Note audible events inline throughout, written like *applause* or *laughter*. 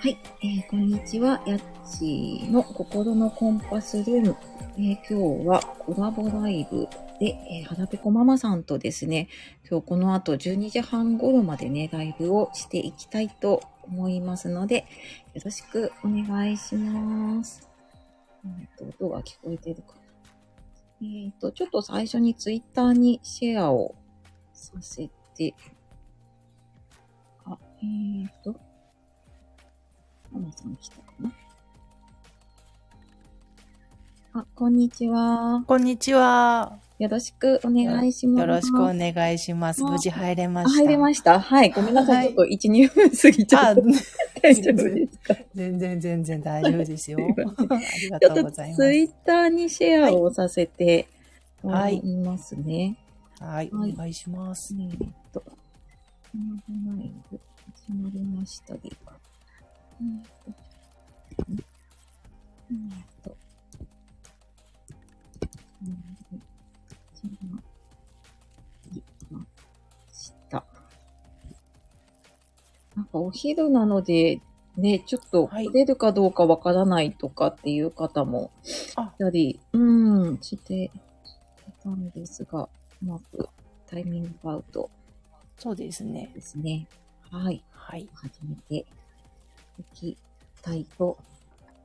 はい、えーこんにちは。やっちーの心のコンパスルーム。えー今日はコラボライブで、えー、はらぺこママさんとですね、今日この後12時半頃までね、ライブをしていきたいと思いますので、よろしくお願いします。えっと、音が聞こえてるかな。えっと、ちょっと最初にツイッターにシェアをさせて、あ、えっと、ママさん来たかな。あ、こんにちは。こんにちは。よろしくお願いします。よろしくお願いします。あ無事入れまあした。入れました。はい。ごめんなさい。はいちょっと1、2分過ぎちゃあっ、た。 *laughs* 大丈夫ですか全然全然大丈夫です *laughs* よ。すいまありがちとょうっごとざいまツイッターにシェアをさせてもらはいいますね。す。はい、お願いします。えーっと、このライブ始まりましたで。うんうんと。うん始まりました。なんかお昼なので、ね、ちょっとはい出るかどうかわからないとかっていう方も、あやはり、うん、して、してたんですが、うまくタイミングアウトそうですね。ですね。はい。はい。始めていきたいと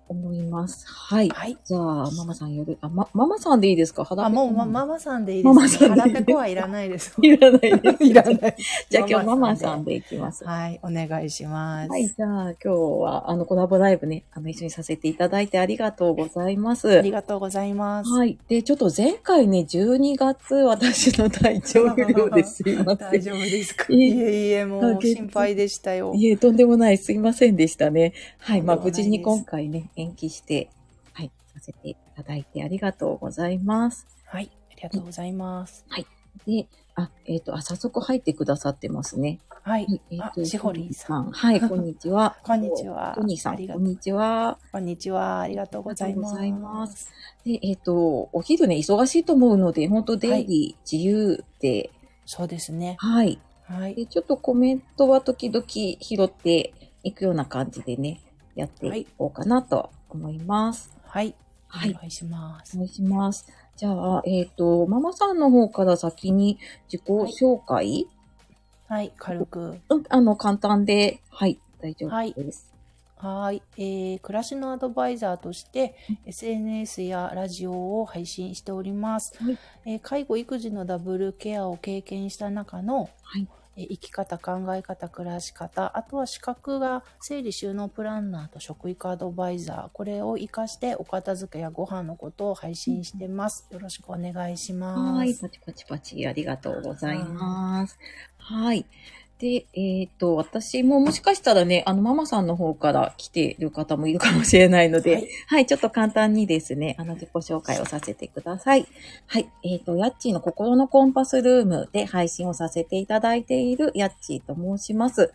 思います。はい。はい。じゃあ、ママさんよる、あ、ま、ママさんでいいですかあ、もう、ま、マ。ママさんでいいママでさす、んでいね。いです腹ペコはいら *laughs* ないです。いらないです。いらない。じゃあ今日ママさんでいきます。ははい、お願いします。い。じゃあ今日は、あの、コラボライブね、あの、一緒にさせていただいてありがとうございます。ありがとうございます。はい。で、ちょっと前回ね、12月、私の体調不良ですいませ *laughs* 大ん。丈夫ですかいいええいえ、あもう全然心配でしたよ。いえ、とんでもない。すいませんでしたね。はい。まあ、とん無でもないです事に今回ね、延期して、はい、させていただいてありがとうございます。はい、ありがとうございます。で、あ、えっ、と、あ、早速入ってくださってますね。はいは、い、えあしほりんさん。はい、こんにちは。こんにちはトニーさあん、りがことんにちは。こんにちは。ありがとうございます。ありがとうございますで、えっ、と、お昼ね、忙しいと思うので、本当出入り自由で、そうですね。はい。はい。で、ちょっとコメントは時々拾っていくような感じでね、やっていこうかなと思います。はい。おはい。願いしまおす。願いします。じゃあ、えっ、と、ママさんの方から先に自己紹介、はい。軽く。うん、あの、簡単で、はい、大丈夫です。はい。えー、暮らしのアドバイザーとして、SNS やラジオを配信しております。はいえー介護育児のダブルケアを経験した中の、はいえー生き方、考え方、暮らし方、あとは資格が整理収納プランナーと食育アドバイザー、これを活かしてお片付けやご飯のことを配信してます。よろしくお願いします。はい、パチパチパチ、ありがとうございます。はい。で、えっ、と、私ももしかしたらね、あの、ママさんの方から来ている方もいるかもしれないので、ははいい、ちょっと簡単にですね、あの、自己紹介をさせてください。はい、えっ、と、ヤッチーの心のコンパスルームで配信をさせていただいているヤッチーと申します。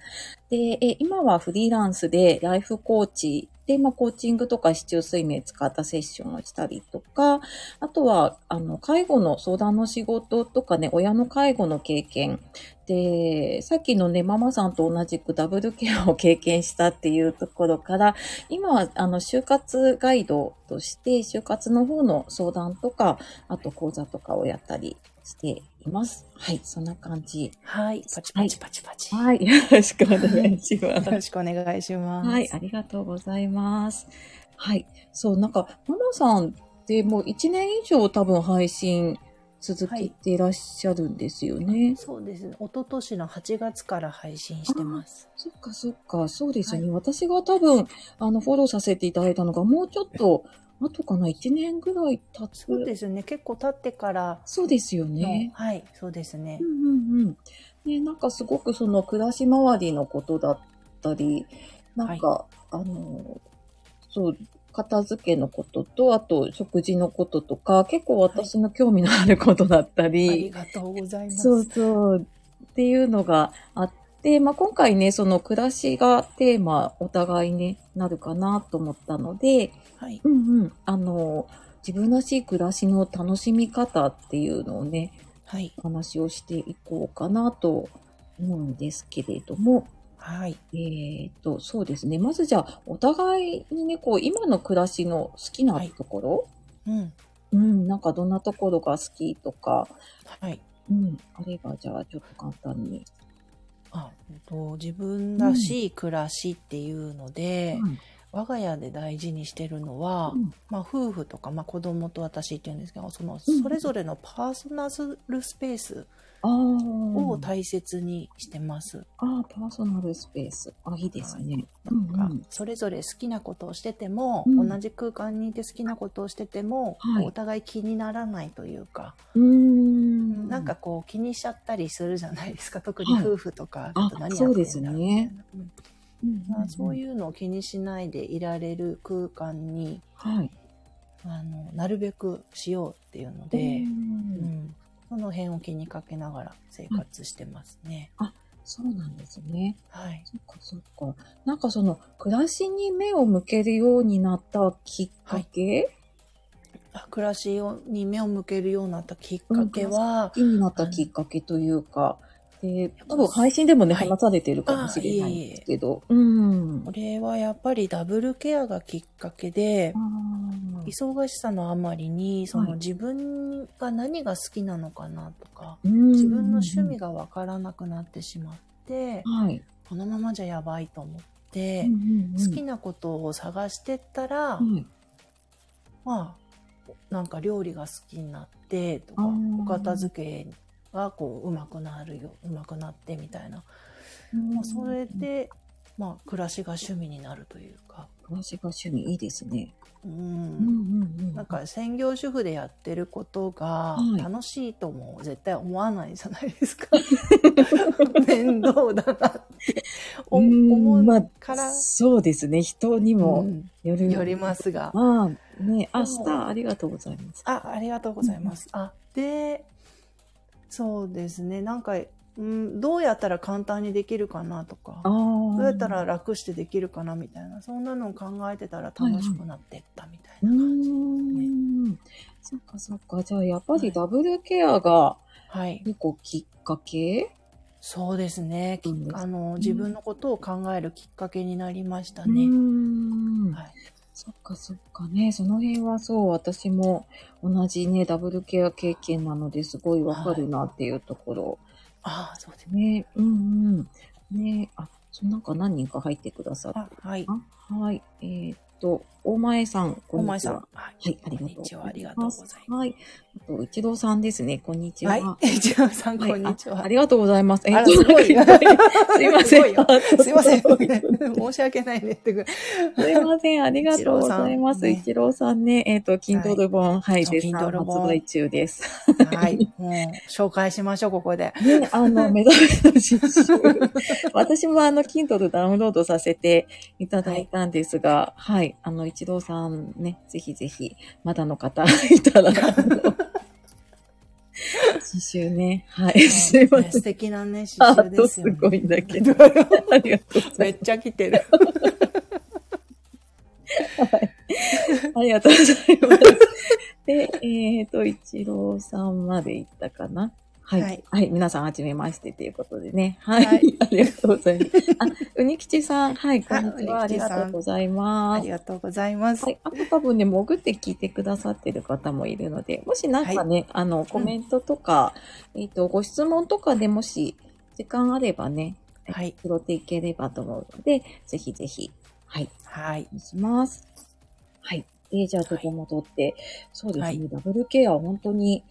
で、えー今はフリーランスでライフコーチで、まあ、コーチングとか市中睡眠使ったセッションをしたりとか、あとは、あの、介護の相談の仕事とかね、親の介護の経験。で、さっきのね、ママさんと同じくダブルケアを経験したっていうところから、今は、あの、就活ガイドとして、就活の方の相談とか、あと講座とかをやったりしています。はい、そんな感じ。はい。パチパチパチパチ。はい、よろしくお願いしますよ。ろしくお願いします。はい、ありがとうございます。はい、そう、なんか、ママさんってもう1年以上多分配信続けていらっしゃるんですよね。そうですね。一昨年の8月から配信してます。そっかそっか、そうですね。私が多分、あの、フォローさせていただいたのが、もうちょっと、あとかな、1年ぐらい経つ。そうですね。結構経ってからそうですよの、ね。はい、そうですねう。んうんうん。ね、なんかすごくその暮らし周りのことだったり、なんか、あの、そう、片付けのことと、あと食事のこととか、結構私の興味のあることだったり、ありがとうございます。そうそう、っていうのがあって、まあ、今回ね、その暮らしがテーマ、お互いになるかなと思ったので、はい。うんうん、あの、自分らしい暮らしの楽しみ方っていうのをね、はい。お話をしていこうかなと思うんですけれども、はい。えーっと、そうですね。まずじゃあ、お互いにね、こう、今の暮らしの好きなところ、うん。うん、なんかどんなところが好きとか、はい。うん、あれば、じゃあ、ちょっと簡単に。あえっと、自分らしい暮らしっていうので、うん我が家で大事にしてるのは、うんまあ、夫婦とか、まあ、子供と私っていうんですけどそのうんそれぞれのパーソナルスペースあーを大切にしてます。あー、パーソナルスペース。あ、いいですね。なんかうんうんそれぞれ好きなことをしてても、うん同じ空間にいて好きなことをしてても、はいお互い気にならないというか、うーん。なんか、こう気にしちゃったりするじゃない *laughs* ですか特にはい夫婦とか、あちょっと何やってんだそろうですうねみたいなうんうんまあそういうのを気にしないでいられる空間にはい。あのなるべくしようっていうのでう、うんんその辺を気にかけながら生活してますね。そうなんですね。はい、そっかそっか。なんかその、暮らしに目を向けるようになったきっかけ、あ暮らしをに目を向けるようになったきっかけは、気になったきっかけというか、で、多分やっぱ配信でもね、はい話されてるかもしれないんですけど。うん。これはやっぱりダブルケアがきっかけであ、ー忙しさのあまりにそはのい自分が何が好きなのかなとか、うん自分の趣味がわからなくなってしまって、はい。このままじゃやばいと思って。好好きなことを探してったら、はい。まあなんか料理が好きになってとかあーお片付けがこううまくなるようまくなってみたいな、うんまあ、それ、で、まあ、暮らしが趣味になるというか、私が趣味いいですね。うんうんうんうん。なんか専業主婦でやってることがはい楽しいとも絶対思わないじゃないで *laughs* すか面倒だなっておうん思まあうから、そうですね。人にうもんよる。よりますが。まあね、あ、もスターありがとうございます。あ、ありがとうございます。あ、で、そうですね。なんか、うん、どうやったら簡単にできるかなとかあ、あ。どうやったら楽してできるかなみたいな、そんなのを考えてたら楽しくなってったみたいうーな感じ。ん。そっかそっか。じゃあやっぱはりいダブルケアがはい。結構きっかけ、そうですね。きいいんですあの、自分のことを考えるきっかけになりましたうーね。んはいそっかそっかね。その辺はそう、私も同じね、ダブルケア経験なのですごいわかるなっていうところ。あ、そうですね。ね、うんうん。ね、あ、そうなんか何人か入ってくださってあ、はい。あはい。えーっと、大前さん、こおん前にちさんは。。はい。はい、ありこがとうんにござちいは。ます。ありがとうはございます。い。あと、一郎さんですね。こんにちは。はい。 *laughs* え、じゃあさん、はいこんにちあはあ。りがとうございます。えあっら *laughs* と、すごいなんかっぱいすいません。すごい *laughs* よすいません。 *laughs* 申し訳ないねってぐらい。すいません。ありがとうございます。イ一郎さんね、えっ、と、キンドル本、はい、あ絶賛キンドル発本売中です。はい。もう、紹介しましょう、ここで。ね、あの、目覚めの実習。私もあの、キンドルダウンロードさせていただいたんですが、はい、あの、一郎さんね、ぜひぜひ、まだの方いたら、あの刺繍ね、はい、 *laughs* すいまねせん。素敵なね、刺ア繍ートですすよ、ね。ごいんだけど、ありがとうござめいっちゃ来てる。ます。ありがとうございます。 *laughs* で、えっ、と、一郎さんまで行ったかな。はい。ははいい。皆さん、はじめましてということでね。はい。はい *laughs* ありがとうございます。あ、うにきちさん、はい、こんにちは。ああうにりきちさがとんうございあますり。がとうございます。はい。あと多分ね、潜って聞いてくださってる方もいるので、もしなんかね、あの、コメントとか、えっ、と、ご質問とかでもし、時間あればね、はい。拾っていければと思うので、ぜひぜひ、はい、はいお。願いします。はい。で、じゃあ、とてもとって、そうですね、はいダブルケア、本当に、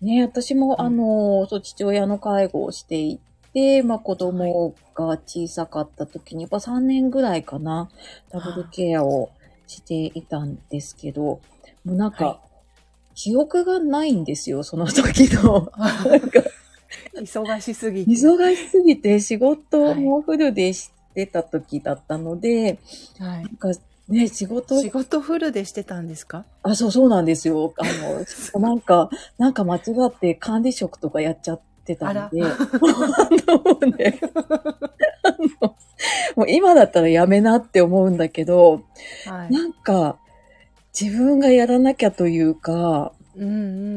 ね、私も、うんあの、そう、父親の介護をしていて、まあ、子供が小さかった時に、やっぱ3年ぐらいかな、ダブルケアをしていたんですけど、もうなんか、は記憶がないんですよ、その時の。 *laughs* なんか、 *laughs* 忙しすぎて。忙しすぎて仕事もフルでしてた時だったので、はい。なんかね、仕事仕事フルでしてたんですかあ、そう、そうなんですよ。あの *laughs* そう、なんか、なんか間違って管理職とかやっちゃってたんで、もう *laughs* あのもうね、 *laughs* あのもう今だったらやめなって思うんだけど、はい。なんか、自分がやらなきゃというか、うんう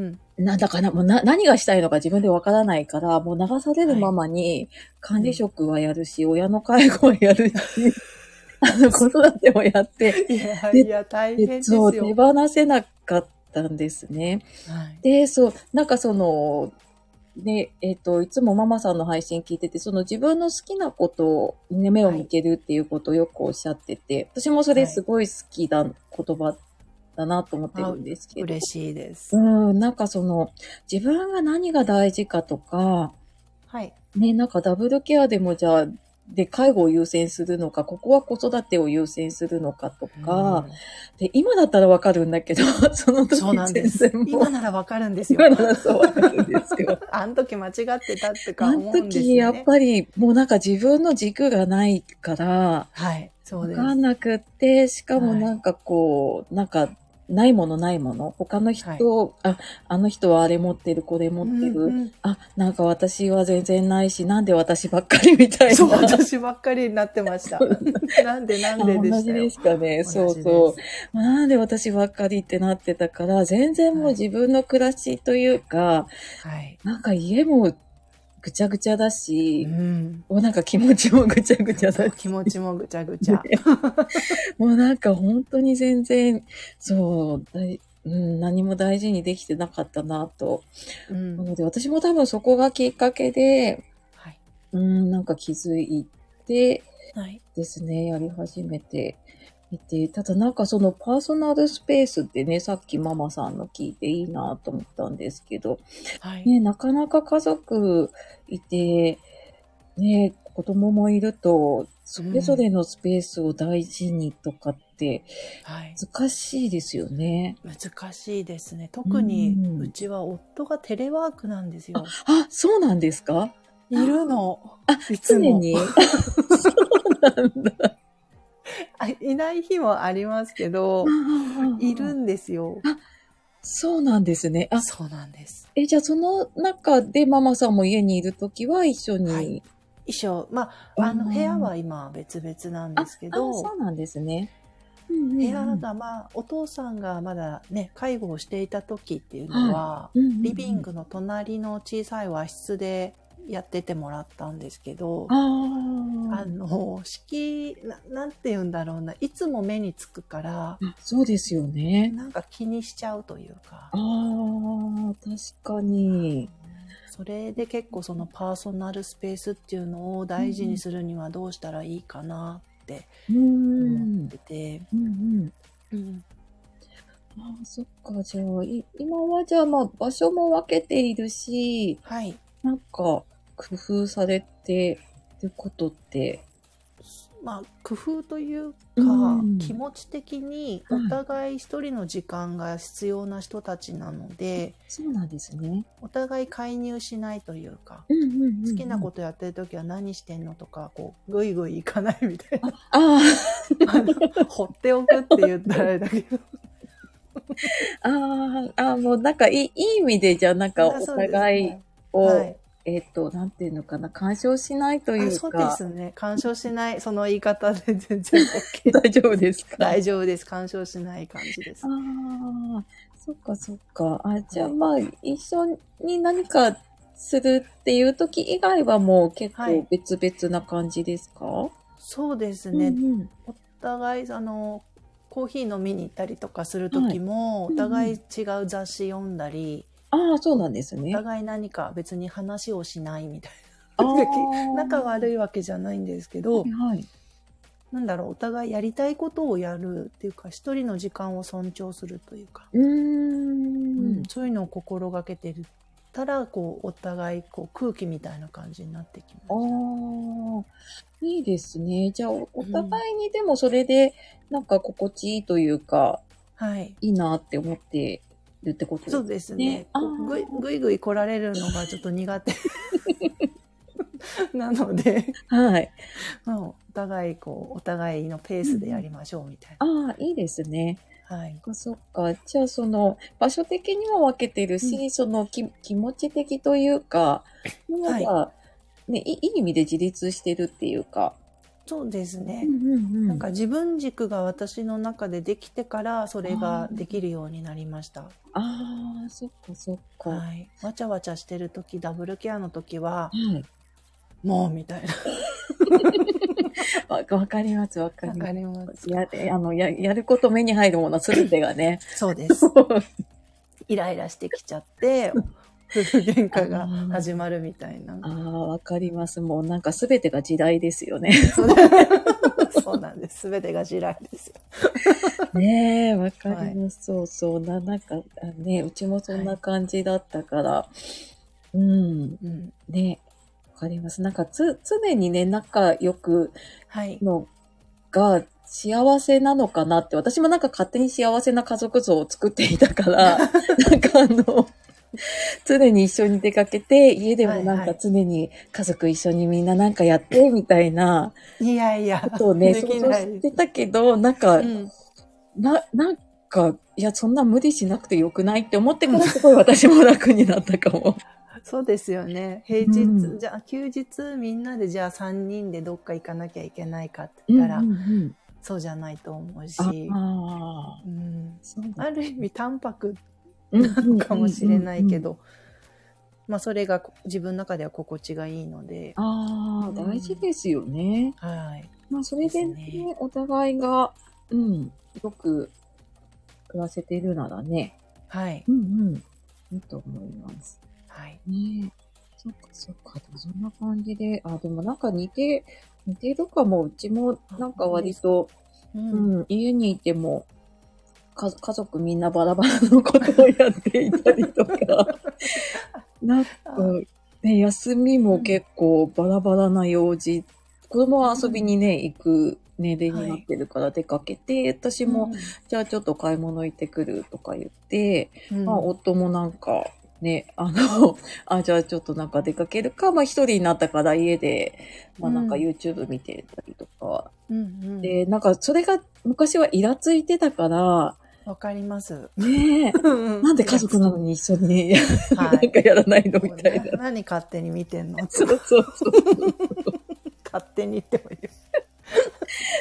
ん。なんだかな、もうな、何がしたいのか自分でわからないから、もう流されるままに、管理職はやるし、親の介護はや *laughs* るし、あの、子育てもやって、いやいや、大変ですそう、よ。手放せなかったんですね。はい。で、そう、なんかその、ね、えっ、と、いつもママさんの配信聞いてて、その自分の好きなことに、ね、目を向けるっていうことをよくおっしゃってて、私もそれすごい好きな言葉だなと思ってるんですけど。嬉しいです。うん、なんかその、自分が何が大事かとか、はい。ね、なんかダブルケアでもじゃあ、で、介護を優先するのか、ここは子育てを優先するのかとか、で、今だったらわかるんだけど、 *laughs* そのう時ん、そうなんです全。然もう今ならわかるんですよ今。ならそう *laughs* わかるんですよ。あの時間違ってたってかあの思うんです時、やよっね。ぱり、もうなんか自分の軸がないから、はい、そうわです。かんなくって、しかもはいなんかこう、なんか、ないものないもの。他の人、あ、あの人はあれ持ってる、これ持ってる。うんうんあ、なんか私は全然ないし、なんで私ばっかりみたいな。 *laughs* そう、私ばっかりになってま *laughs* した。なんであなんでで同しじたでよ。すかね。そうそう。まあなんで私ばっかりってなってたから、全然もう自分の暮らしというか、う。はい。なんか家もぐちゃぐちゃだうし、ん。もうなんか気持ちもぐちゃぐちゃだし、気持ちもぐちゃぐちゃ。もうなんか本当に全然、そう、だいうん、何も大事にできてなかったなと。うんな。ので私も多分そこがきっかけで、はい。うん、なんか気づいて、はい。ですね、やり始めていて、ただなんかそのパーソナルスペースってね、さっきママさんの聞いていいなと思ったんですけど、はい。ね、なかなか家族いて、ね、子供もいると、それぞれのスペースを大事にとかってはい。難しいですよね。難しいですね。特にうん、うちは夫がテレワークなんですよ。あ、そうなんですかいるの。あ、いつ常も *laughs* に。そうなんだ。あいない日もありますけど、いるんですよ。そうなんですね。あ、そうなんです。え、じゃあその中でママさんも家にいるときは一緒に。はい衣装、まあ、あうの、ん部屋は今別々なんあですけあど、そうなんですね。部部屋がまあ、お父さんがまだね、介護をしていた時っていうのは、リビン。グの隣の小さい和室でやっててもらったんですけど、うんうんうんああの、式、ななんて言うんだろうな、いつも目につくから、ーあ。そうですよね。なんか気にしちゃうというかあ、あ、確かに。それで結構そのパーソナルスペースっていうのを大事にするにはどうしたらいいかなってう思っん。てて、うんうん。うんああ、そっか。じゃあ、い今はじゃあ、まあ、場所も分けているし、はい。なんか、工夫されてることって。まあ、工夫というか、うん気持ち的にはいお互い一人の時間が必要な人たちなので、そうなんですね。お互い介入しないというか、うんうんうんうん好きなことやってる時は何してんのとか、こう、ぐいぐい行かないみ *laughs* たいな。ああの放っておくって言ったらあれだけど。あ、ああ、ああ、もうなんかいい、いい意味で、じゃあなんかお互いを、はい。えっ、と、なんていうのかな、干渉しないといあうそうでか、すね。干渉しない。その言い方で全然 OK。 *laughs* 大丈夫ですか *laughs* 大丈夫です。干渉しない感じですあ。あ、そっかそっか。あ、じゃあまあ、一緒に何かするっていう時以外はもう結はい構別々な感じですか、そうですうんね。うんお互いあのコーヒー飲みに行ったりとかする時も、はいお互い違う雑誌読んだり、ああ、そうなんですね。お互い何か別に話をしないみたいあな時ー仲悪いわけじゃないんですけど、はい。なんだろうお互いやりたいことをやるっていうか一人の時間を尊重するというか、うーうんん。そういうのを心がけてるたらこうお互いこう空気みたいな感じになってきます。ああ、いいですね。じゃあ、おお互いにでもそれで、なんか心地いいというか、はいいいなって思ってるってことそうですね。ねあーこうぐいぐいぐい来られるのがちょっと苦手なので、はい。まあお互いこうお互いのペースでやりましょうみたいな。ああ、いいですね。はい。そっかそっか。じゃあ、その、場所的にも分けてるし、うそのき、気持ち的というか、もうなんか、ねいい、いい意味で自立してるっていうか、そうですね。うんうんうん。なんか自分軸が私の中でできてからそれができるようになりました。ああ、そっかそっか。は。、はい。わちゃわちゃしてる時、ダブルケアの時はいもうみたいわわかります、わかな。ります。りま。やで、あの、や、やること目に入るものすべてがね。 *laughs* そうです。イライラしてきちゃって、夫婦 *laughs* 喧嘩が始まるみたいなあ。あ、わかります。もうなんかすべてが時代ですよ *laughs* ね。そうですそうなんです。すべてが地雷ですよ。ねえ、わかります。そうそう。な、なんか、あね、うちもそんな感じだったから。うん。うん。ねわかります。なんかつ、常にね、仲良くはい。のが幸せなのかなって、私もなんか勝手に幸せな家族像を作っていた *laughs* から、なんかあの、常に一緒に出かけて、家でもなんはいかはい常に家族一緒にみんななんかやって、みたいないやいや。ことをね、 *laughs* で想き像ないしてたけど、なんか、うんな、なんか、いや、そんな無理しなくてよくないって思 *laughs* ってからすごい私も楽になったかも。そうですよね。平日、うんじゃあ休日みんなでじゃあ3人でどっか行かなきゃいけないかってう言んっうたんうら、ん、そうじゃないと思うし、ああうんー、、そうだある意味淡白なかもしれないけ。ど、まあそれがこ自分の中では心地がいいので、ああ、大事ですよね。はい。まあ、それで、ねですねお互いが、うん、よく暮らせているならね、はい。うんうん、いいと思います。はい。ねえ。そっかそっか、でもそんな感じで、あ、でもなんか似て、似てるかも、うちもなんか割と、う。うんん、家にいても、か家族みんなバラバラのことをやっていたりと *laughs* か、なんか、あね、休みも結構バラバラな用事、子供は遊びにね、行く年齢になってるから出かけて、私も、じゃあちょっと買い物行ってくるとか言って、うん、まあ夫もなんか、ね、あの、 *laughs* あ、じゃあちょっとなんか出かけるか、まあ一人になったから家で、まあなんかうん YouTube 見てたりとか、うんうん、で、なんかそれが昔はイラついてたから、わかります。 *laughs* ねえ、 *laughs* ななんで家族なのに一緒に、なはんかやらないのみたいもうな。な何勝手に見てんのそうそうそう。勝手にっても言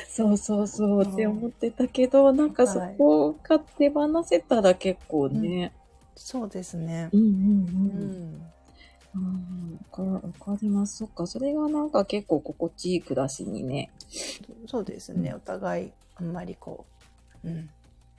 そうそうそうって思ってたけど、なんかそこが手放せたら結構ね。そうですねう。んううんうん。ん。うんわかわかります。そっか。それがなんか結構心地いい暮らしにね。そうですね。うんお互い、あんまりこう、うん、ね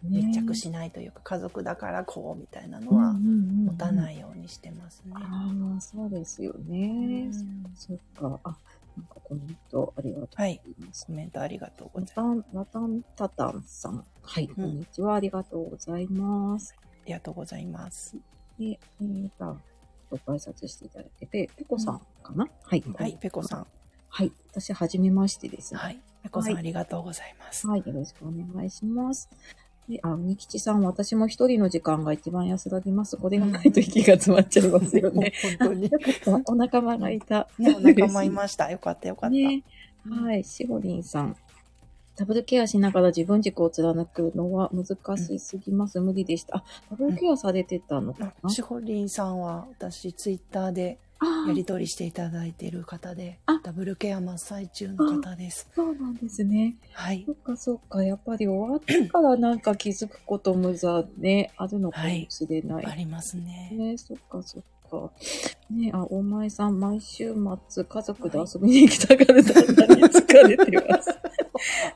密着しないというか、家族だからこうみたいなのうんうんはうんうん持たないようにしてますね。ああ、そうですよね。そっか。あ、なんかコメントありがとうござはいい。ます。コメントありがとうごわざいたます。ん、わたんたたんさん。はい、こんにちは。ありがとうございます。ありがとうございます。で、えー、と、ご挨拶していただいて、ペコさんかな、はい。はい、ペコさ。ん。はい。私、はじめましてですね。はい。ペコさん、はありがとうございます。はい。よろしくお願いします。で、あ、にきちさん、私も一人の時間が一番安らぎます。これがないと息が詰まっちゃいますよね。本当に。 *laughs* よかった。お仲間がいた。ね、お仲間いました。よかった、よかった。ね、はい、しほりんさん。ダブルケアしながら自分軸を貫くのは難しすぎます。無理でした。あ、ダブルケアされてたのかな、あしほりんさんは、私、ツイッターであやあ、り取りしていただいている方であ、ダブルケア真っ最中の方です。そうなんですね。はいそ。っかそっか。やっぱり終わってからなんか気づくこともざね、あるのかもしれない。ありますね。ね、そっかそっか。ねあ、大前さん、毎週末、家族で遊びに行きたがる旦那に疲れて *laughs* ます。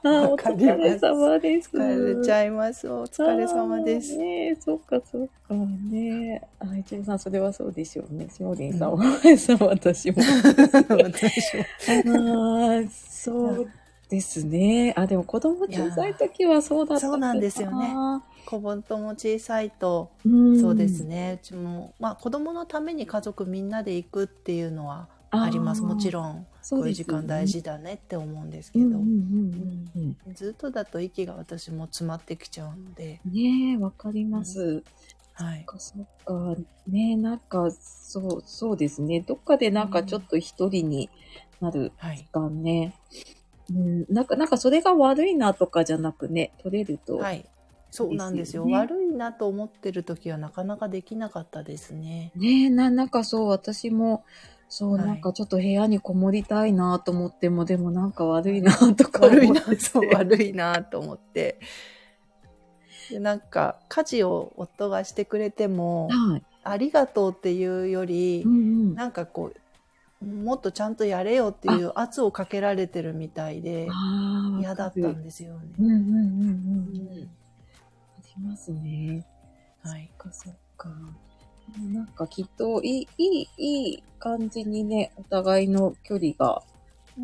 あ、おわかります疲れ様です。疲れちゃいます。お疲れ様であーす。ねえ、そっかそっかねえ。あ、一郎さん、それはそうでしょうね。しおりんさん、お前さん、私も。私もああ、そうですね。あ、でも子供小さい時はそうだったそうなんですよねね。子供とも小さいと、うん、そうです。ね。うちも、まあ子供のために家族みんなで行くっていうのはあります。もちん。ろん、そこういうです時よね間大事だねって思うんですうけんうんど、うんうんうん。ずっとだと息が私も詰まってきちゃうので、ねえ、わかります。はい。そっか、そっか。ねえ、なんか、そう、そうですね。どっかでなんかちょっと一人になるはい。時間ね。うん、なんか、なんかそれが悪いなとかじゃなくね、取れると。はい。そうなんですよ。ですよね悪いなと思ってる時はなかなかできなかったですね。ねえ、な、なんかそう、私も、そう、はいなんかちょっと部屋にこもりたいなと思っても、でもなんか悪いなとか思って悪いな、そう、悪いなと思って。でなんか、家事を夫がしてくれても、はい。ありがとうっていうよりう、んうん。なんかこう、もっとちゃんとやれよっていう圧をかけられてるみたいで、ああ。嫌だったわかんるですよね。うんうんうんうん。うんありますね。はい。そっかそっか。でもなんかきっといい、いい、いい感じにね、お互いの距離が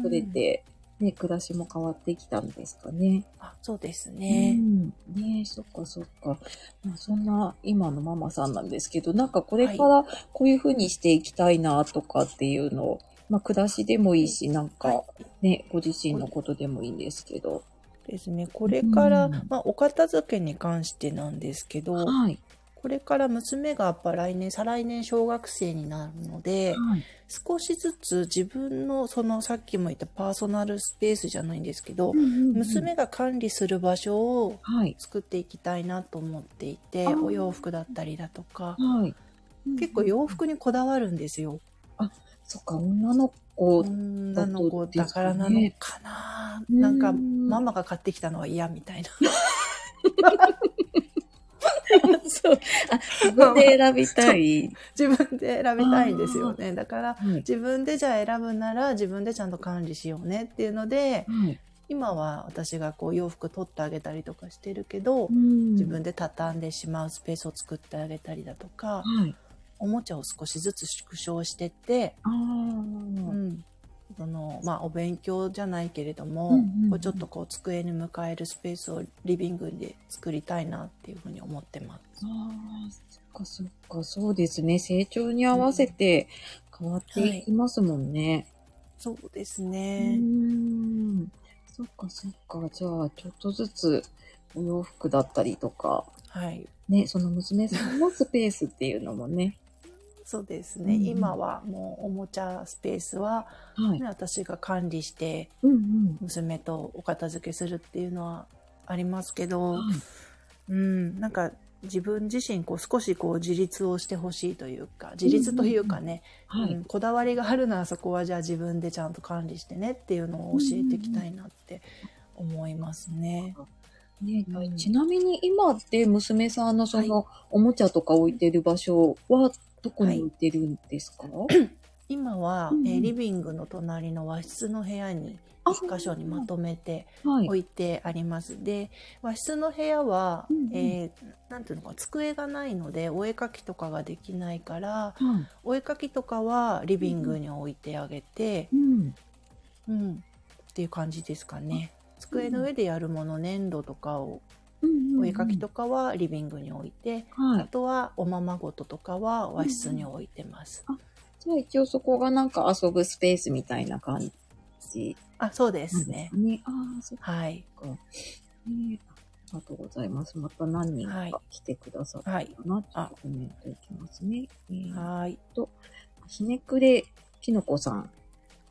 取れて、ね、暮らしも変わってきたんですかね。うん、あそうですうね。ん、ねえ、そっかそっか。まあ、そんな今のママさんなんですけど、なんかこれはいからこういうふうにしていきたいなとかっていうのを、まあ暮らしでもいいし、なんはかいね、ご自身のことでもいいんですけど。ですね。これから、うんまあ、お片付けに関してなんですけど、はい。これから娘がやっぱ来年、再来年小学生になるので、はい。少しずつ自分のそのさっきも言ったパーソナルスペースじゃないんですけど、娘が管理する場所をはい。作っていきたいなと思っていて、あーお洋服だったりだとか、はい。結構洋服にこだわるんですよ。そっか、女の *laughs* 子。女の子だからなのかな、うんなんかママが買ってきたのは嫌みたいな。 *laughs* そう。あ、自分で選びた *laughs* い。自分で選びたいんですよね。だからはい。自分でじゃあ選ぶなら自分でちゃんと管理しようねっていうので、はい。今は私がこう洋服取ってあげたりとかしてるけど、自自分で畳んでしまうスペースを作ってあげたりだとはか、い。おもちゃを少しずつ縮小してって、ああ。うんそのまあ、お勉強じゃないけれども、うんうんうんこうちょっとこう机に迎えるスペースをリビングで作りたいなっていうふうに思ってます。ああ、そっかそっか、そうですね。成長に合わせて変わっていきますもんね。そうですうね。ーん。そっかそっか、じゃあ、ちょっとずつお洋服だったりとか、はい。ね、その娘さんのスペースっていうのもね。そうですね。うんうん今はもうおもちゃスペースは、はいね。私が管理してうんうん。娘とお片付けするっていうのはありますけど、はいうん、なんか自分自身こう少しこう自立をしてほしいというか自立というかね、うんはい。こだわりがあるならそこはじゃあ自分でちゃんと管理してねっていうのを教えていきたいなって思いますね。ねうんちなみに今って娘さんのそのおもちゃとか置いてる場所はどこに置いてるんですか、今は、うんえーリビングの隣の和室の部屋にあ1箇所にまとめてはい。置いてあります。で和室の部屋は、うんうんえーなんていうのか机がないのでお絵かきとかができないからはい。お絵かきとかはリビングに置いてあげて、うん。うん、っていう感じですかね。机の上でやるもの、粘土とかを、うんお絵かきとか。かはリビングに置いて、はいあ。とはおままごととかは和室に置いてます。じゃあ一応そこがなんか遊ぶスペースみたいな感じあ、そうでなんすね。ね。ああ、そっはい。か。ねありがとうございます。また何人はいか来てくださったはい。かな、あちょっとコメントいきますね。えーはい。ひねくれきのこさん。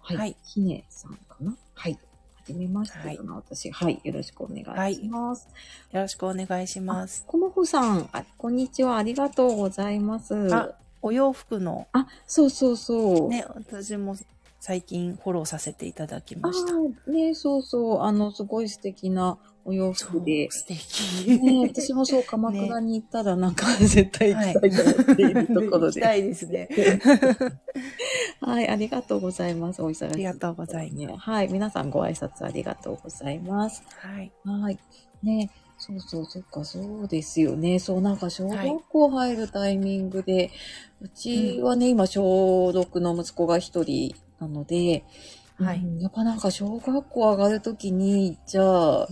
はい。はいひねさんかなはい。はじめましてだな、私。はい。よろしくお願いします。よろしくお願いします。コモフさん、あこんにちは。ありがとうございます。あお洋服の、あそうそうそう。ね、私も最近フォローさせていただきあました。あ、ね、そうそう。あの、すごい素敵なお洋そう服で。素敵。ね、私もそう、鎌倉に行ったらなん *laughs* か絶対行きたいと思っているところ行きで。たいですね。 *laughs* はい、ありがとうございます。お忙しい。ありがとうございます。はい、皆さんご挨拶ありがとうございます。はい。はい。ね、そうそう、そっか、そうですよね。そう、なんか小学校入るタイミングで、うちはね、今、小6の息子が一人なので、はいうんやっぱなんか小学校上がるときに、じゃあ、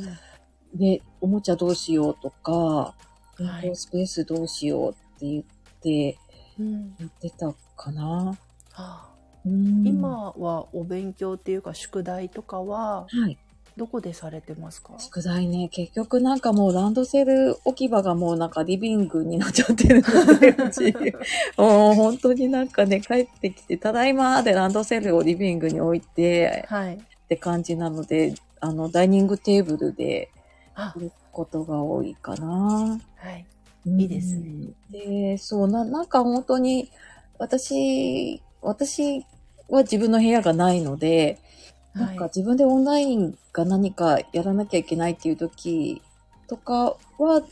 ね、おもちゃどうしようとか、い勉強スペースどうしようって言ってうんやってたかな。あうん、今はお勉強っていうか宿題とかははい。どこでされてますか宿題ね、結局なんかもうランドセル置き場がもうなんかリビングになっちゃってるので、うち *laughs* *laughs* もう本当になんかね、帰ってきて、ただいまーでランドセルをリビングに置いてはい。って感じなので、あの、ダイニングテーブルであや、ることが多いかな。はい。いいですね。で、そうな、なんか本当に、私、私は自分の部屋がないので、はなんいか自分でオンラインが何かやらなきゃいけないっていう時とかは、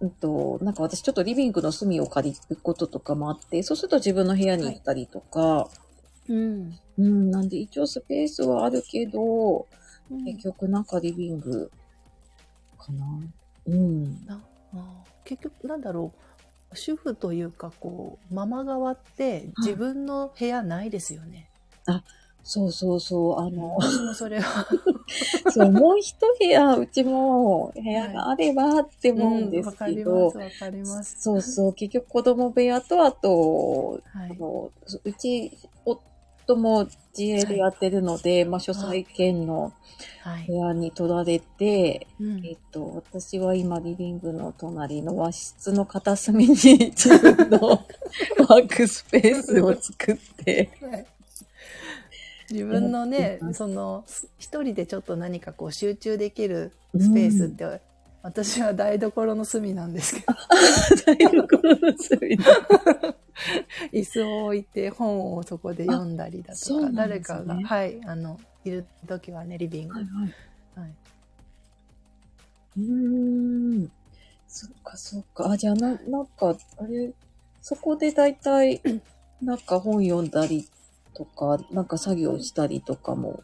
うんと、なんか私ちょっとリビングの隅を借りることとかもあって、そうすると自分の部屋に行ったりとか、うん。うん、なんで一応スペースはあるけど、うん結局なんかリビングかな。うん。あー結局なんだろう主婦というかこうママ側って自分の部屋ないですよね。そうそうそう、あ *laughs* の、私もそれはそう、もう一部屋、うちも部屋があればって思うんですわかけりど、ますわかります。そうそう、結局子供部屋と、あと、はあい。のうち、夫も自営でやってるので、まあ、書斎兼のは部い。屋に取られて、うんえっと、私は今、リビングの隣の和室の片隅に自分の *laughs* ワークスペースを作 *laughs* って、はい自分のやっねてま、すその、す一人でちょっと何かこう集中できるスペースって、私は台所の隅なんですけど、台所の隅に椅子を置いて本をそこで読んだりだあそとうなか、んですね誰かが、はい、あの、いる時はね、リビング。はいははいい。うーん。そっかそっか。あ、じゃあな、なんか、あれ、そこで大 *clears throat* 体、なんか本読んだりとか、なんか作業したりとかも。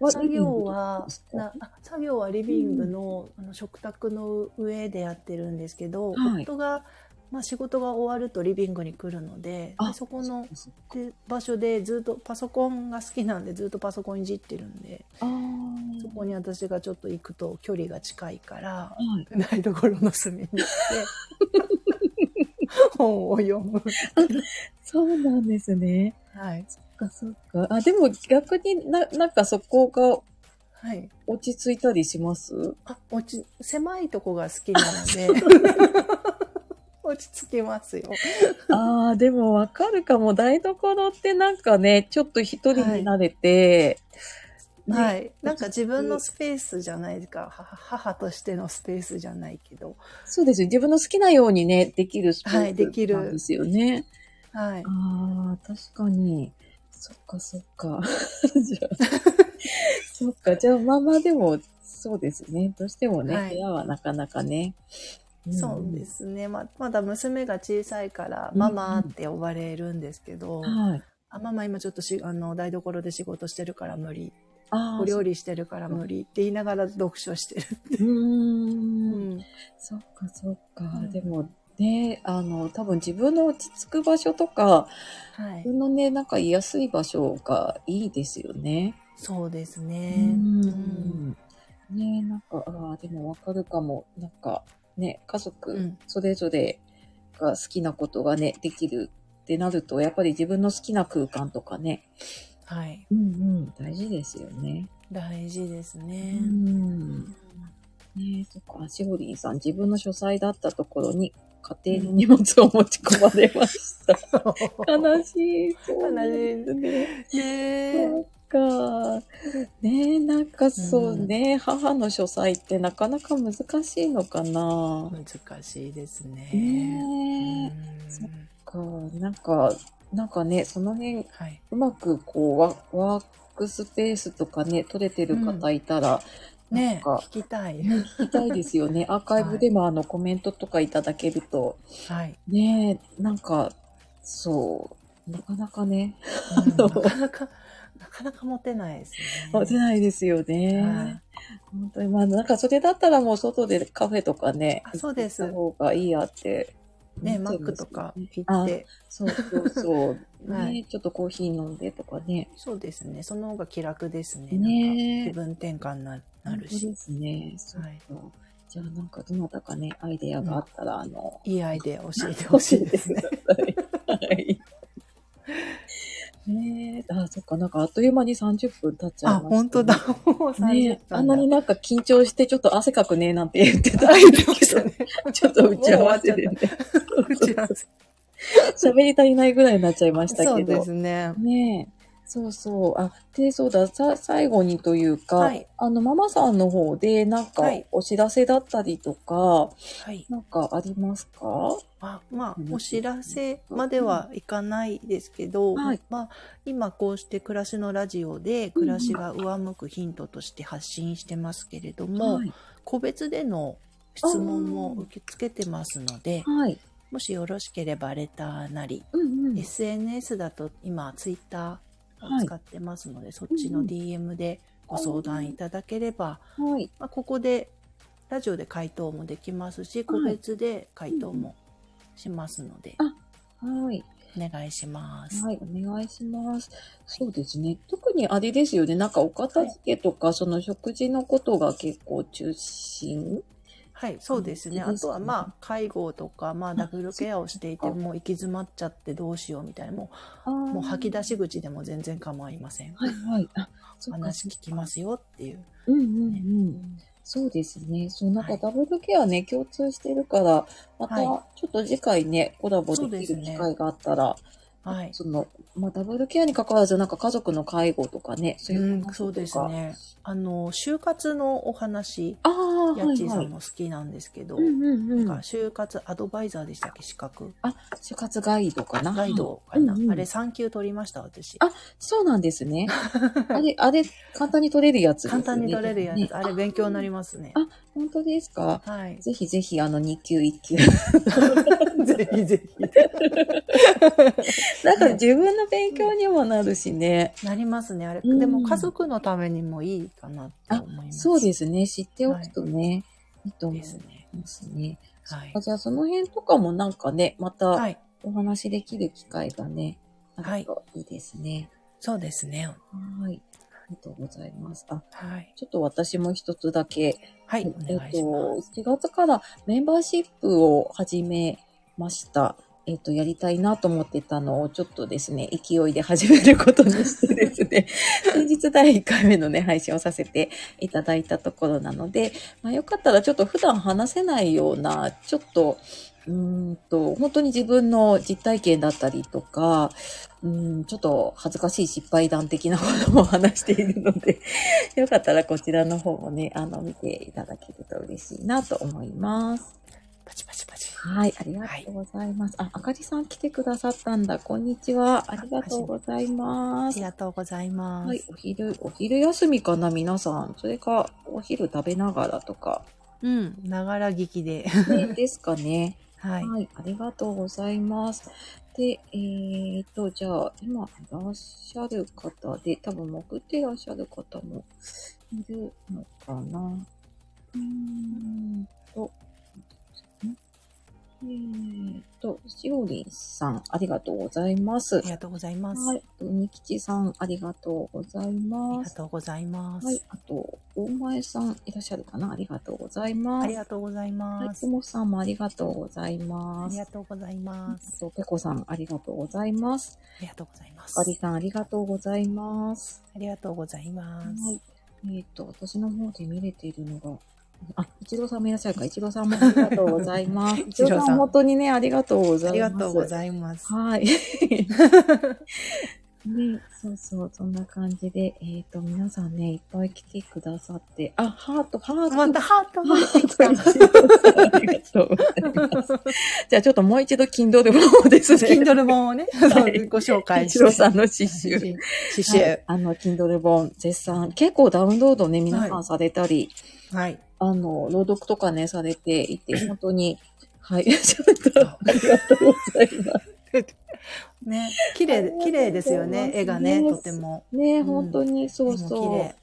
は作リ業はビングとかです、かなあ作業はリビングの,、あの食卓の上でやってるんですけど、はい夫が、まあ、仕事が終わるとリビングに来るのであでそこのそっかで場所でずっとパソコンが好きなんでずっとパソコンいじってるんでああ。そこに私がちょっと行くと距離が近いかはらい。 *laughs* 台所の隅 *laughs* に行って本を読む。そうなんですね。はいそっかそっか。あ、でも逆にな、なんかそこがはい落ち着いたりし *laughs* ますあ、落ち、狭いとこが好きなの *laughs* で、落ち着きますよ。ああ、でもわかるかも。台所ってなんかね、ちょっと一人になれて、。はいい。なんか自分のスペースじゃないか、は母としてのスペースじゃないけど、そうですよ。自分の好きなようにね、できるスポーツはいできるなんですよね。はい。ああ、確かに。そっかそっか。 *laughs* じゃあ、そっか。じゃあ、まあまあでも、そうですね。どうしてもね、はい部屋はなかなかね。。そうですすね。ままだ娘が小さいから、うんママって呼ばれるんですけど、はい。あママ今ちょっとしあの台所で仕事してるから無理、ああ、お料理してるから無理って言いながら読書してる。うーん。うんそっかそっか。うんでもね、あの、多分自分の落ち着く場所とか、はい自。分のね、なんか居やすい場所がいいですよね。そうですうね。うんん。ねなんか、ああ、でもわかるかも。なんか、ね、家う族んそれぞれが好きなことがね、できるってなると、やっぱり自分の好きな空間とかね、はい。うんうん、大事ですよね。大事ですうね。ん。ねえ、そっか、シホリンさん、自分の書斎だったところに家庭の荷物を持ち込まれました。悲しい。そうなんですね。ねそっか。ねえ、なんかそうね、母の書斎ってなかなか難しいのかな。難しいですね。ねえ、うんそっか、なんか、なんかね、その辺、はい。うまくこう、ワワークスペースとかね、取れてる方いたら、なんねえか聞きたい。ね聞きたいですよ *laughs* ね。アーカイブでもあのコメントとかいただけると、 *laughs* はい。ねえ、なんか、そう、なかなかね、うんなかなか、なかなか持てないですね。持てないですよはいね。本当に、まあなんかそれだったらもう外でカフェとかね、あそうです行った方がいいやって。ねえ思マっちゃいッまクすとかね行って。そうそう *laughs* そう。はいねちょっとコーヒー飲んでとかね。そうですね。その方が気楽ですね。ねえなんか気分転換にななる本当しで。すね。そうはいそうじゃあなんかどなたかね、アイデアがあったら、あの、いいアイデア教えてほしいですね。はい。ねえ、あ、そっか、なんかあっという間に30分経っちゃいあ、ました、本当だ。もう30ね分、だ。あんなになんか緊張してちょっと汗かくねなんて言ってたあ言ってましたね。 *laughs* ちょっと打ち合わせでね、うちら喋り足りないぐらいになっちゃいましたそけうでど。すね。ねえ。そうそう。あ、で、そうだ、さ、最後にというか、はいあの、ママさんの方で、なんかはい、お知らせだったりとか、はい。なんかありますかはあまうんあ、お知らせまではいかないですけど、はいまあ、今こうして暮らしのラジオで暮らしが上向くヒントとして発信してますけれども、い。個別での質問も受け付けてますので、はい。もしよろしければレターなり、うんうん。 SNS だと今ツイッターはをい使ってますので、そっちの DM でご相談いただければ、はい。まあ、ここでラジオで回答もできますし、個別で回答もしますので、はい。お願いします。はい、お願いします。そうですね。特にあれですよね。なんかお片付けとか、その食事のことが結構中心はい、そうですうんね。いいあですとねはまあ、介護とか、まあ、ダブルケアをしていて、そっかもう行き詰まっちゃってどうしようみたいな、もうももう吐き出し口でも全然構いません。はいはい。あ、そっか。話聞きますよっていう。うんうんうん。そうですね。そう、なんはかいダブルケアね、共通してるから、またはいちょっと次回ね、コラボそうでできするね機会があったら、はい。、その、まあ、ダブルケアに関わらず、なんか家族の介護とかね、そういううん話そうとですか。ね。あの、就活のお話、ああ、やっはいちーさはいん。も好きなんですけど、うんうんうんなんか。就活アドバイザーでしたっけ資格あ、就活ガイドかな。ガイドかな、うんうんあれ3級取りました、私。あそうなんです *laughs* ね。あれ、あれ、簡単に取れるやつですよ簡ね。単に取れるやつ、ねあれ勉強になりますねあ。本当ですか *laughs* はい。ぜひぜひ、あの、2級、1級。 *laughs* ぜひぜなんか自分の勉強にもなるしね。ひ。なりますね、あれ。うんでも家族のためにもいいかなと思います。そうですね。知っておくとね、いいと思いですね。ますね。はいあ。じゃあ、その辺とかもなんかね、まはたい。お話できる機会がね、あはるいといいですね。そうですね。はい。ありがとうございます。あ、はい。ちょっと私も一つだけはい。えおっと、願いします。 1月からメンバーシップを始めました。えっと、やりたいなと思ってたのを、ちょっとですね、勢いで始めることにしてですね、 *laughs* 先日第1回目のね、配信をさせていただいたところなので、まあ、よかったらちょっと普段話せないような、ちょっと、うーんと、本当に自分の実体験だったりとか、うーん、ちょっと恥ずかしい失敗談的なことも話しているので、よかったらこちらの方もね、あの、見ていただけると嬉しいなと思います。パチパチパチ。はい、ありがとうございます。あ、あかりさん来てくださったんだ。こんにちは。ありがとうございまあすり。がとうございます。はい、お昼、お昼休みかな、皆さん。それか、お昼食べながらとか、うん。ながら聞きで。 *laughs* *laughs* ねですかね。はい。はい、ありがとうございます。で、えーと、じゃあ、今いらっしゃる方で、多分潜っていらっしゃる方もいるのかな。うーんと、えーと、しおりんさん、ありがとうございます。ありがとうございます。はい、にきちさん、ありがとうございありまがす。とうございます。はい、あと、大前さん、いらっしゃるかなありがとうございます。ありがとうございはいま、すく。もさんもありがとうございあまりすが。とうございます。そう、ペコさん、ありがとうございます。ありがとうございまあすか。りさん、ありがとうございます。ありがとうございます。はい。えっ、と、私の方で見れているのが、あ、一郎さんもいらっしゃるか。一郎さんもありがとうござい *laughs* ます。一一郎さん郎さん、本当にね、ありがとうござあいります。がとうございます。はい。 *laughs* ね、そうそう、そんな感じで、えっ、と、皆さんね、いっぱい来てくださって、あ、ハート、ハート。またハートが出てきた。 *laughs* ありがとうございます。じゃあちょっともう一度、Kindle の方ですね。 Kindle 本をね、いご紹介一し郎て。さんの刺刺繍。繍。はいあの、Kindle 本、絶賛。結構ダウンロードね、皆さはんされたり、はい。あの、朗読とかね、されていて、 *clears throat* 本当に、 *laughs* はい、ちょっと、あありがとうございます。ね、綺麗、綺麗ですよね、絵がね、とても。ね、うん本当に、そう絵も綺そう麗。。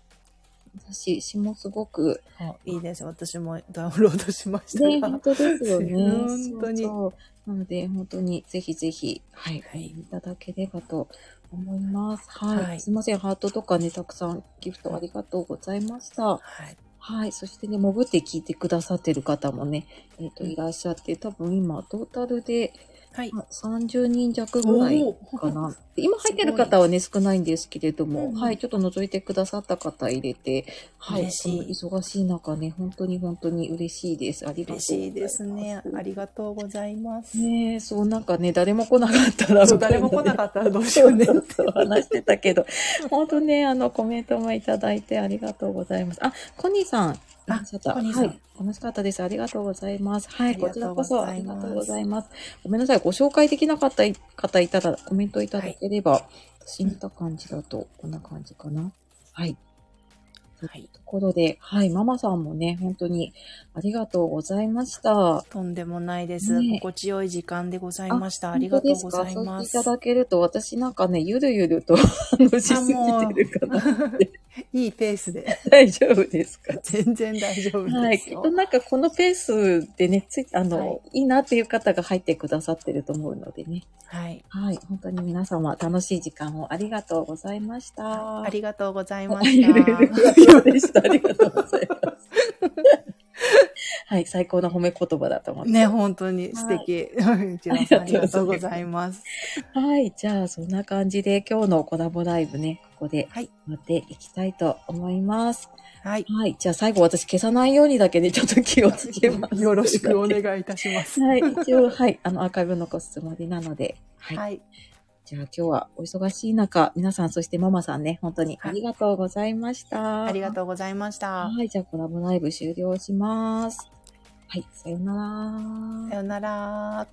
私、詩もすご *laughs* く、あいいです。私もダウンロードしましたね、が本当ですよね。本当にそうそうなので、本当に、ぜひぜひ、はい、はいいただければと思います。はい。はいすいません、ハートとかね、たくさんギフトありがとうございました。はい。はい。そしてね、潜って聞いてくださってる方もね、えっ、と、いらっしゃって、多分今、トータルではい。まあ30人弱ぐらいかな。で今入ってる方はね、少ないんですけれども、うんうんはい、ちょっと覗いてくださった方入れて、はい、嬉しいこの忙しい中ね、本当に本当に嬉しいです。ありがとう嬉しいですね。ありがとうございます。ねえ、そうなんかね、誰も来なかったら、そう誰も来なっかったらどうしちよょうっね。と話してたけ *laughs* ど、本当ね、あの、コメントもいただいてありがとうございます。あ、コニーさん、いらっしゃったコニーさんはい、楽しかったです。ありがとうございます。はあい、りこがちとらうこごそあざりいますがとうございます。ごめんなさい、ご紹介できなかった方いたら、コメントいただければ、私見た感じだと、こんな感じかな。はい。はい。ところで、はい、ママさんもね、本当にありがとうございました。とんでもないです。ねえ心地よい時間でございました。ありがとうございま本当ですすかそう言っていた。だけると、私なんかね、ゆるゆると話しすぎてるかな。 *laughs* いいペースで。 *laughs* 大丈夫ですか全然大丈夫はでい。すきっよ。となんかこのペースでね、つい、あの、、はいいなっていう方が入ってくださってると思うのでね。はい。はい。本当に皆様楽しい時間をありがとうございました。ありがとうございまはいゆるゆるした。ラジオでした。ありがとうございます。 *laughs* はい。最高の褒め言葉だと思って。ね、本当に素敵。一郎さんありがとうございます。はい。じゃあ、そんな感じで今日のコラボライブね、ここではい。待っていきたいと思います。はい。はい。じゃあ最後私消さないようにだけでちょっと気をつけます。 *laughs* よろしくお願いいたします。はい。一応、はい。あの、アーカイブ残すつもりなので。はい。はい。じゃあ今日はお忙しい中、皆さん、そしてママさんね、本当にありがとうございました。ありがう。とうございました。はい。じゃあコラボライブ終了します。はい。さようなら。さよなら。